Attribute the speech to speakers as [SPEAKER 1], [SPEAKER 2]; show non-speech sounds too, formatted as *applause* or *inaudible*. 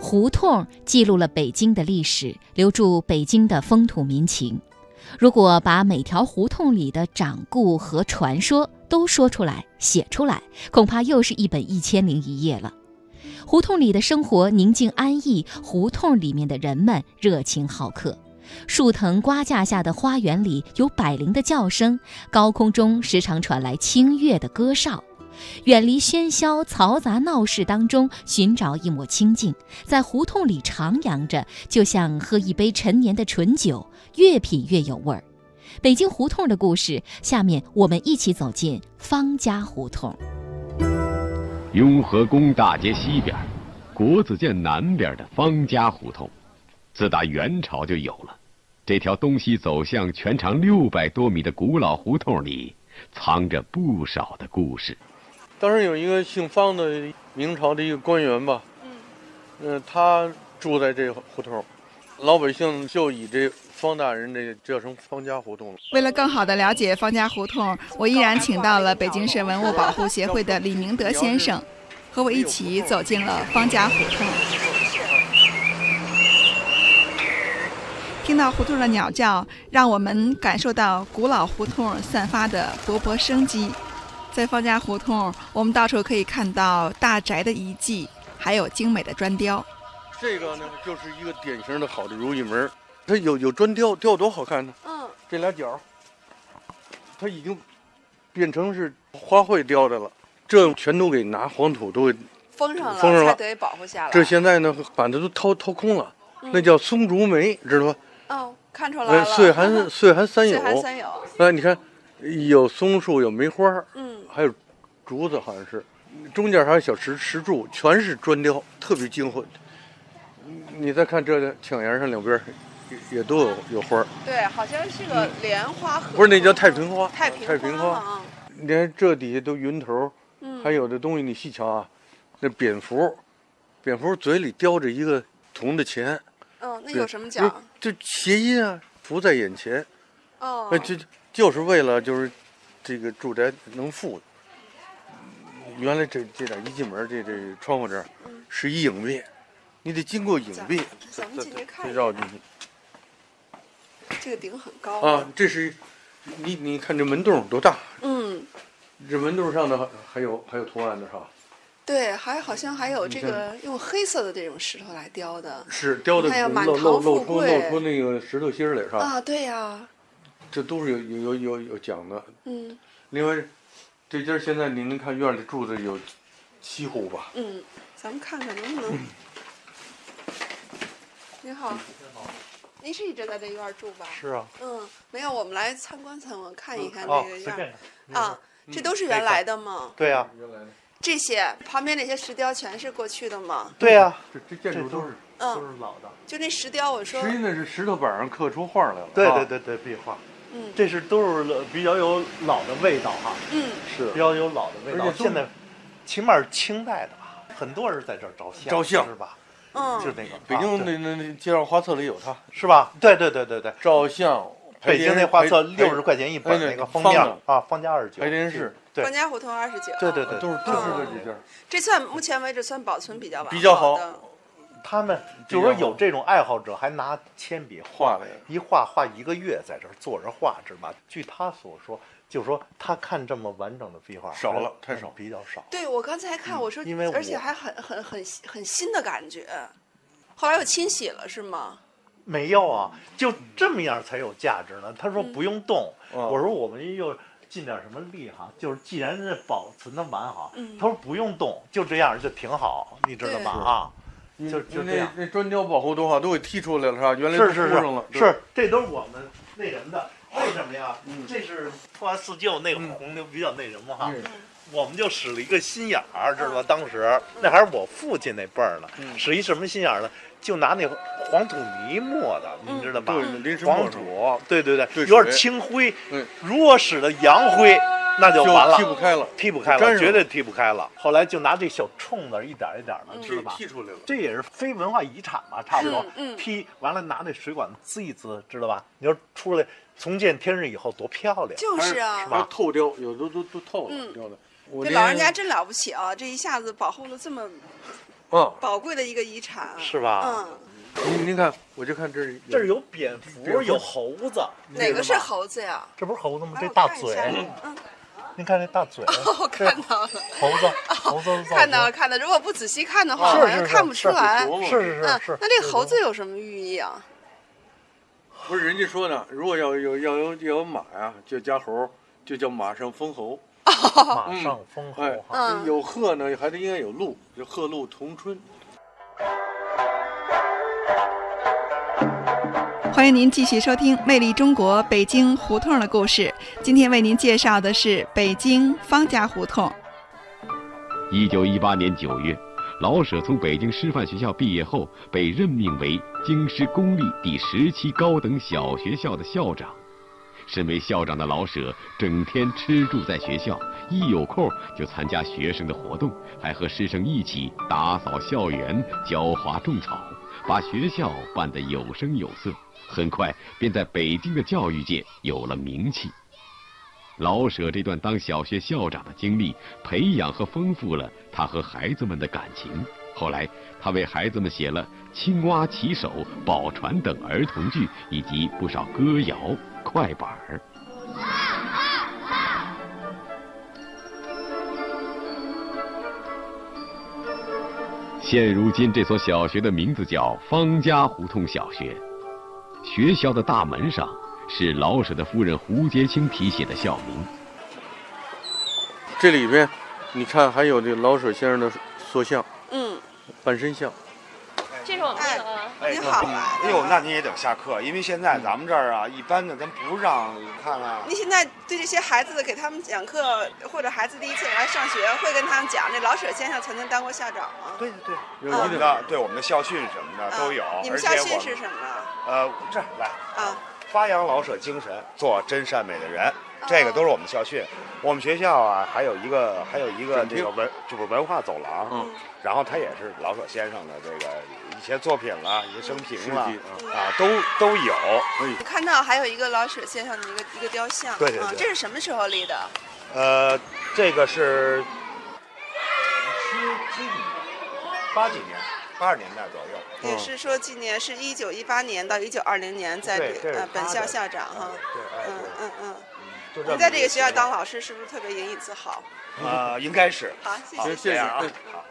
[SPEAKER 1] 胡同记录了北京的历史，留住北京的风土民情。如果把每条胡同里的掌故和传说都说出来、写出来，恐怕又是一本《一千零一夜》了。胡同里的生活宁静安逸，胡同里面的人们热情好客。树藤瓜架下的花园里有百灵的叫声，高空中时常传来清越的歌哨。远离喧嚣、嘈杂、闹市当中，寻找一抹清静，在胡同里徜徉着，就像喝一杯陈年的醇酒，越品越有味儿。北京胡同的故事，下面我们一起走进方家胡同。
[SPEAKER 2] 雍和宫大街西边，国子监南边的方家胡同，自打元朝就有了。这条东西走向全长六百多米的古老胡同里，藏着不少的故事。
[SPEAKER 3] 当时有一个姓方的明朝的一个官员吧，嗯，呃，他住在这胡同，老百姓就以这方大人这叫成方家胡同了。
[SPEAKER 4] 为了更好地了解方家胡同，我依然请到了北京市文物保护协会的李明德先生，和我一起走进了方家胡同。听到胡同的鸟叫，让我们感受到古老胡同散发的勃勃生机。在方家胡同，我们到处可以看到大宅的遗迹，还有精美的砖雕。
[SPEAKER 3] 这个呢，就是一个典型的好的如意门儿，它有有砖雕，雕多好看呢！
[SPEAKER 5] 嗯，
[SPEAKER 3] 这俩角儿，它已经变成是花卉雕的了，这全都给拿黄土都给，
[SPEAKER 5] 封上了，
[SPEAKER 3] 封上了
[SPEAKER 5] 才得保护下来。
[SPEAKER 3] 这现在呢把它都掏掏空了，
[SPEAKER 5] 嗯
[SPEAKER 3] 那叫松竹梅，知道吧？
[SPEAKER 5] 嗯，看出来
[SPEAKER 3] 哎，
[SPEAKER 5] 了。
[SPEAKER 3] 岁寒岁寒三
[SPEAKER 5] 岁
[SPEAKER 3] 友，
[SPEAKER 5] 寒三友，
[SPEAKER 3] 哎，你看有松树，有梅花儿，
[SPEAKER 5] 嗯，
[SPEAKER 3] 还有竹子，好像是，中间还有小石石柱，全是砖雕，特别精混。嗯你再看这墙沿上两边儿也也都有有花儿，
[SPEAKER 5] 对，好像是个莲花河，
[SPEAKER 3] 不是那叫太平花，
[SPEAKER 5] 太平
[SPEAKER 3] 太平花。
[SPEAKER 5] 花，
[SPEAKER 3] 你看这底下都云头儿，
[SPEAKER 5] 嗯，
[SPEAKER 3] 还有的东西你细瞧啊，那蝙蝠，蝙蝠嘴里叼着一个铜的钱，
[SPEAKER 5] 嗯，那有什么讲？
[SPEAKER 3] 这谐音啊，福在眼前，
[SPEAKER 5] 哦
[SPEAKER 3] 那，就就是为了就是这个住宅能富。原来这这点一进门，这这窗户这儿
[SPEAKER 5] 嗯
[SPEAKER 3] 是一影壁，你得经过影壁，
[SPEAKER 5] 咱们进去看
[SPEAKER 3] 再
[SPEAKER 5] 一
[SPEAKER 3] 绕
[SPEAKER 5] 下
[SPEAKER 3] 进去
[SPEAKER 5] 这个顶很高
[SPEAKER 3] 啊。，这是你你看这门洞多大？
[SPEAKER 5] 嗯，
[SPEAKER 3] 这门洞上头还有还有图案的哈，
[SPEAKER 5] 对，还好像还有这
[SPEAKER 3] 你
[SPEAKER 5] 个用黑色的这种石头来雕的
[SPEAKER 3] 是雕的
[SPEAKER 5] 还有满
[SPEAKER 3] 露露
[SPEAKER 5] 堂
[SPEAKER 3] 露
[SPEAKER 5] 富
[SPEAKER 3] 出
[SPEAKER 5] 贵
[SPEAKER 3] 露出那个石头心儿来是吧？
[SPEAKER 5] 啊，对呀，
[SPEAKER 3] 这都是有有有有有讲的。
[SPEAKER 5] 嗯
[SPEAKER 3] 另外，这家现在您能看院里住的有七户吧？
[SPEAKER 5] 嗯，咱们看看能不能。
[SPEAKER 3] 嗯
[SPEAKER 5] 您好，您是一直在这院儿住吧？
[SPEAKER 3] 是啊，
[SPEAKER 5] 嗯，没有，我们来参观参观，看一看
[SPEAKER 6] 哦
[SPEAKER 5] 这个，
[SPEAKER 6] 随
[SPEAKER 5] 院
[SPEAKER 6] 便嗯
[SPEAKER 5] 儿
[SPEAKER 6] 的。
[SPEAKER 5] 啊，这都是原来的吗？
[SPEAKER 6] 对啊呀、
[SPEAKER 3] 原来的
[SPEAKER 5] 这些旁边那些石雕全是过去的吗？
[SPEAKER 6] 对啊呀、
[SPEAKER 3] 这这建筑都是。
[SPEAKER 6] 都
[SPEAKER 5] 嗯，
[SPEAKER 6] 是老的。
[SPEAKER 5] 就那石雕，我说
[SPEAKER 3] 实，际那是石头板上刻出画来了。
[SPEAKER 6] 对
[SPEAKER 3] 啊
[SPEAKER 6] 对，对对，壁画，
[SPEAKER 5] 嗯
[SPEAKER 6] 这是都是呃比较有老的味道哈，
[SPEAKER 5] 嗯，
[SPEAKER 6] 比
[SPEAKER 3] 是。
[SPEAKER 6] 较有老的味
[SPEAKER 3] 而
[SPEAKER 6] 道。
[SPEAKER 3] 且都
[SPEAKER 6] 现在起码是清代的吧，很多人在这儿照相，
[SPEAKER 3] 照相
[SPEAKER 6] 是吧？
[SPEAKER 5] 嗯，
[SPEAKER 6] 就是那个
[SPEAKER 3] 北
[SPEAKER 6] 啊
[SPEAKER 3] 京
[SPEAKER 6] 对
[SPEAKER 3] 那那那街上画册里有它，
[SPEAKER 6] 是吧？对对对对对，
[SPEAKER 3] 照相。
[SPEAKER 6] 北京那画册六十
[SPEAKER 3] 十
[SPEAKER 6] 块钱一本，
[SPEAKER 3] 哎
[SPEAKER 6] 那个封
[SPEAKER 3] 方
[SPEAKER 6] 面
[SPEAKER 3] 的
[SPEAKER 6] 啊，方家二十九，
[SPEAKER 3] 白莲市
[SPEAKER 6] 对
[SPEAKER 5] 方家胡同二十九，
[SPEAKER 6] 对对对
[SPEAKER 3] 都是都是这
[SPEAKER 5] 哦
[SPEAKER 3] 几家。
[SPEAKER 5] 这算目前为止算保存比较完
[SPEAKER 3] 比较
[SPEAKER 5] 好
[SPEAKER 3] 好
[SPEAKER 5] 的，
[SPEAKER 6] 他们就是说有这种爱好者，还拿铅笔
[SPEAKER 3] 画的
[SPEAKER 6] 一画画一个月，在这儿坐着画，知道吧？据他所说，就是说他看这么完整的壁画
[SPEAKER 3] 少了太少
[SPEAKER 6] 比较少。
[SPEAKER 5] 对我刚才看，我说，
[SPEAKER 6] 嗯因为我
[SPEAKER 5] 而且还很很很很新的感觉，后来又清洗了是吗？
[SPEAKER 6] 没有啊，就这么样才有价值呢。他说不用动，
[SPEAKER 3] 嗯
[SPEAKER 6] 我说我们又尽点什么力哈，就是既然这保存的完好，
[SPEAKER 5] 嗯
[SPEAKER 6] 他说不用动，就这样就挺好，你知道吗？
[SPEAKER 3] 对
[SPEAKER 6] 啊，
[SPEAKER 3] 你
[SPEAKER 6] 就就这
[SPEAKER 3] 那
[SPEAKER 6] 样
[SPEAKER 3] 那砖雕保护多好，都给剔出来了是吧？原来都
[SPEAKER 6] 是是
[SPEAKER 3] 铺上了，
[SPEAKER 6] 是是，这都是我们那什么的。为什么呀？
[SPEAKER 3] 嗯
[SPEAKER 6] 这是破完四旧那个
[SPEAKER 3] 嗯
[SPEAKER 6] 红牛比较那什么哈，
[SPEAKER 3] 嗯
[SPEAKER 6] 我们就使了一个心眼儿，知道吧？当时那还是我父亲那辈儿呢，
[SPEAKER 3] 嗯
[SPEAKER 6] 使一什么心眼儿呢？就拿那黄土泥抹的，你知道吧？
[SPEAKER 3] 嗯对，临时
[SPEAKER 6] 黄
[SPEAKER 3] 冒出来
[SPEAKER 6] 土，对对对，
[SPEAKER 3] 对
[SPEAKER 6] 有
[SPEAKER 3] 水
[SPEAKER 6] 点青灰
[SPEAKER 3] 对。
[SPEAKER 6] 如果使的洋灰，那就
[SPEAKER 3] 就
[SPEAKER 6] 完了，
[SPEAKER 3] 踢不开了
[SPEAKER 6] 踢不开
[SPEAKER 3] 粘
[SPEAKER 6] 了，
[SPEAKER 3] 上
[SPEAKER 6] 绝
[SPEAKER 3] 了
[SPEAKER 6] 对踢不开了。后来就拿这小冲子一点儿一点儿
[SPEAKER 3] 嗯
[SPEAKER 6] 的，知道吧？
[SPEAKER 3] 剔出来了。
[SPEAKER 6] 这也是非文化遗产吧，差不多。
[SPEAKER 5] 嗯嗯
[SPEAKER 6] 踢完了拿那水管滋一滋，知道吧？你说出来重见天日以后多漂亮。
[SPEAKER 5] 就是啊，
[SPEAKER 3] 还有透雕，有的都都都透了
[SPEAKER 5] 嗯
[SPEAKER 3] 雕的。我
[SPEAKER 5] 这
[SPEAKER 3] 连
[SPEAKER 5] 老人家真了不起啊！这一下子保护了这么
[SPEAKER 3] 嗯，
[SPEAKER 5] 宝贵的一个遗产，
[SPEAKER 6] 是吧？
[SPEAKER 5] 嗯，
[SPEAKER 3] 您您看，我就看这儿，
[SPEAKER 6] 这儿有蝙
[SPEAKER 3] 蝙
[SPEAKER 6] 蝠，
[SPEAKER 3] 蝠
[SPEAKER 6] 有猴子，
[SPEAKER 5] 哪个是猴子呀？
[SPEAKER 6] 这不是猴子吗？
[SPEAKER 5] 来
[SPEAKER 6] 这
[SPEAKER 5] 哎我
[SPEAKER 6] 大
[SPEAKER 5] 看一
[SPEAKER 6] 嘴，
[SPEAKER 5] 下嗯，
[SPEAKER 6] 您看这大
[SPEAKER 5] *laughs*
[SPEAKER 6] 嘴，
[SPEAKER 5] 我
[SPEAKER 6] 这
[SPEAKER 5] 看到了，
[SPEAKER 6] 猴子，猴子的造型
[SPEAKER 5] *laughs* 看到了，，看到了。如果不仔细看的话，
[SPEAKER 6] 是
[SPEAKER 5] 好像
[SPEAKER 6] 是是
[SPEAKER 5] 看不出来。
[SPEAKER 3] 是
[SPEAKER 6] 是是
[SPEAKER 5] 嗯
[SPEAKER 6] 是是。，
[SPEAKER 5] 那这猴子有什么寓意啊？
[SPEAKER 3] 不是人家说呢，如果要有要有要有马呀、就加猴，就叫马上封侯。
[SPEAKER 6] 马上封
[SPEAKER 3] 哎
[SPEAKER 6] 侯，哈，
[SPEAKER 5] 嗯，
[SPEAKER 3] 有鹤呢，还得应该有鹿，就鹤鹿同春。
[SPEAKER 4] 欢迎您继续收听《魅力中国北京胡同的故事》，今天为您介绍的是北京方家胡同。
[SPEAKER 2] 一九一八年九月，老舍从北京师范学校毕业后，被任命为京师公立第十七高等小学校的校长。身为校长的老舍，整天吃住在学校，一有空就参加学生的活动，还和师生一起打扫校园、浇花种草，把学校办得有声有色。很快便在北京的教育界有了名气。老舍这段当小学校长的经历，培养和丰富了他和孩子们的感情。后来，他为孩子们写了《青蛙骑手》《宝船》等儿童剧，以及不少歌谣、快板儿。现如今，这所小学的名字叫方家胡同小学。学校的大门上是老舍的夫人胡洁清题写的校名。
[SPEAKER 3] 这里边，你看还有这老舍先生的塑像、
[SPEAKER 5] 嗯，
[SPEAKER 3] 半身像。
[SPEAKER 7] 这是我们那个啊，
[SPEAKER 8] 哎
[SPEAKER 5] 你好啊
[SPEAKER 8] 哎呦，那你也得下课，因为现在咱们这儿啊，一般的咱不让看看。
[SPEAKER 5] 你现在对这些孩子给他们讲课，或者孩子第一次来上学，会跟他们讲这老舍先生曾经当过校长吗？
[SPEAKER 8] 对对，
[SPEAKER 3] 有
[SPEAKER 8] 我
[SPEAKER 3] 一
[SPEAKER 8] 们
[SPEAKER 3] 点
[SPEAKER 8] 啊的对我们的校训什么的都有，
[SPEAKER 5] 啊你
[SPEAKER 8] 而
[SPEAKER 5] 们
[SPEAKER 8] 且
[SPEAKER 5] 校
[SPEAKER 8] 我
[SPEAKER 5] 训
[SPEAKER 8] 们
[SPEAKER 5] 是什么啊？
[SPEAKER 8] 呃，这儿来
[SPEAKER 5] 啊，
[SPEAKER 8] 发扬老舍精神，做真善美的人，这个都是我们校训。我们学校啊，还有一个还有一个
[SPEAKER 3] 展
[SPEAKER 8] 这个
[SPEAKER 3] 厅
[SPEAKER 8] 文就是文化走廊，
[SPEAKER 3] 嗯
[SPEAKER 8] 然后它也是老舍先生的这个一些作品啦，一些生
[SPEAKER 3] 事
[SPEAKER 8] 平啦
[SPEAKER 3] 迹啊，
[SPEAKER 8] 啊，都都有。
[SPEAKER 5] 我看到还有一个老舍先生的一个一个雕像，
[SPEAKER 8] 对对对
[SPEAKER 5] 啊，这是什么时候立的？
[SPEAKER 8] 呃，这个是七七几年，八几年，八十年代左右。
[SPEAKER 5] 也是说今年是一九一八年到一九二零年在这
[SPEAKER 8] 对这是
[SPEAKER 5] 呃本
[SPEAKER 8] 他
[SPEAKER 5] 校
[SPEAKER 8] 的
[SPEAKER 5] 校长哈，
[SPEAKER 8] 对，哎
[SPEAKER 5] 嗯
[SPEAKER 8] 对，
[SPEAKER 5] 嗯嗯，
[SPEAKER 8] 就么
[SPEAKER 5] 你在这
[SPEAKER 8] 一
[SPEAKER 5] 个学校
[SPEAKER 8] 情况
[SPEAKER 5] 当老师是不是特别引以自豪？
[SPEAKER 8] 呃，应该是。
[SPEAKER 5] 好，谢
[SPEAKER 8] 好
[SPEAKER 3] 谢
[SPEAKER 5] 谢
[SPEAKER 8] 这
[SPEAKER 5] 谢
[SPEAKER 3] 谢
[SPEAKER 5] 谢
[SPEAKER 8] 样啊
[SPEAKER 3] 嗯，
[SPEAKER 8] 好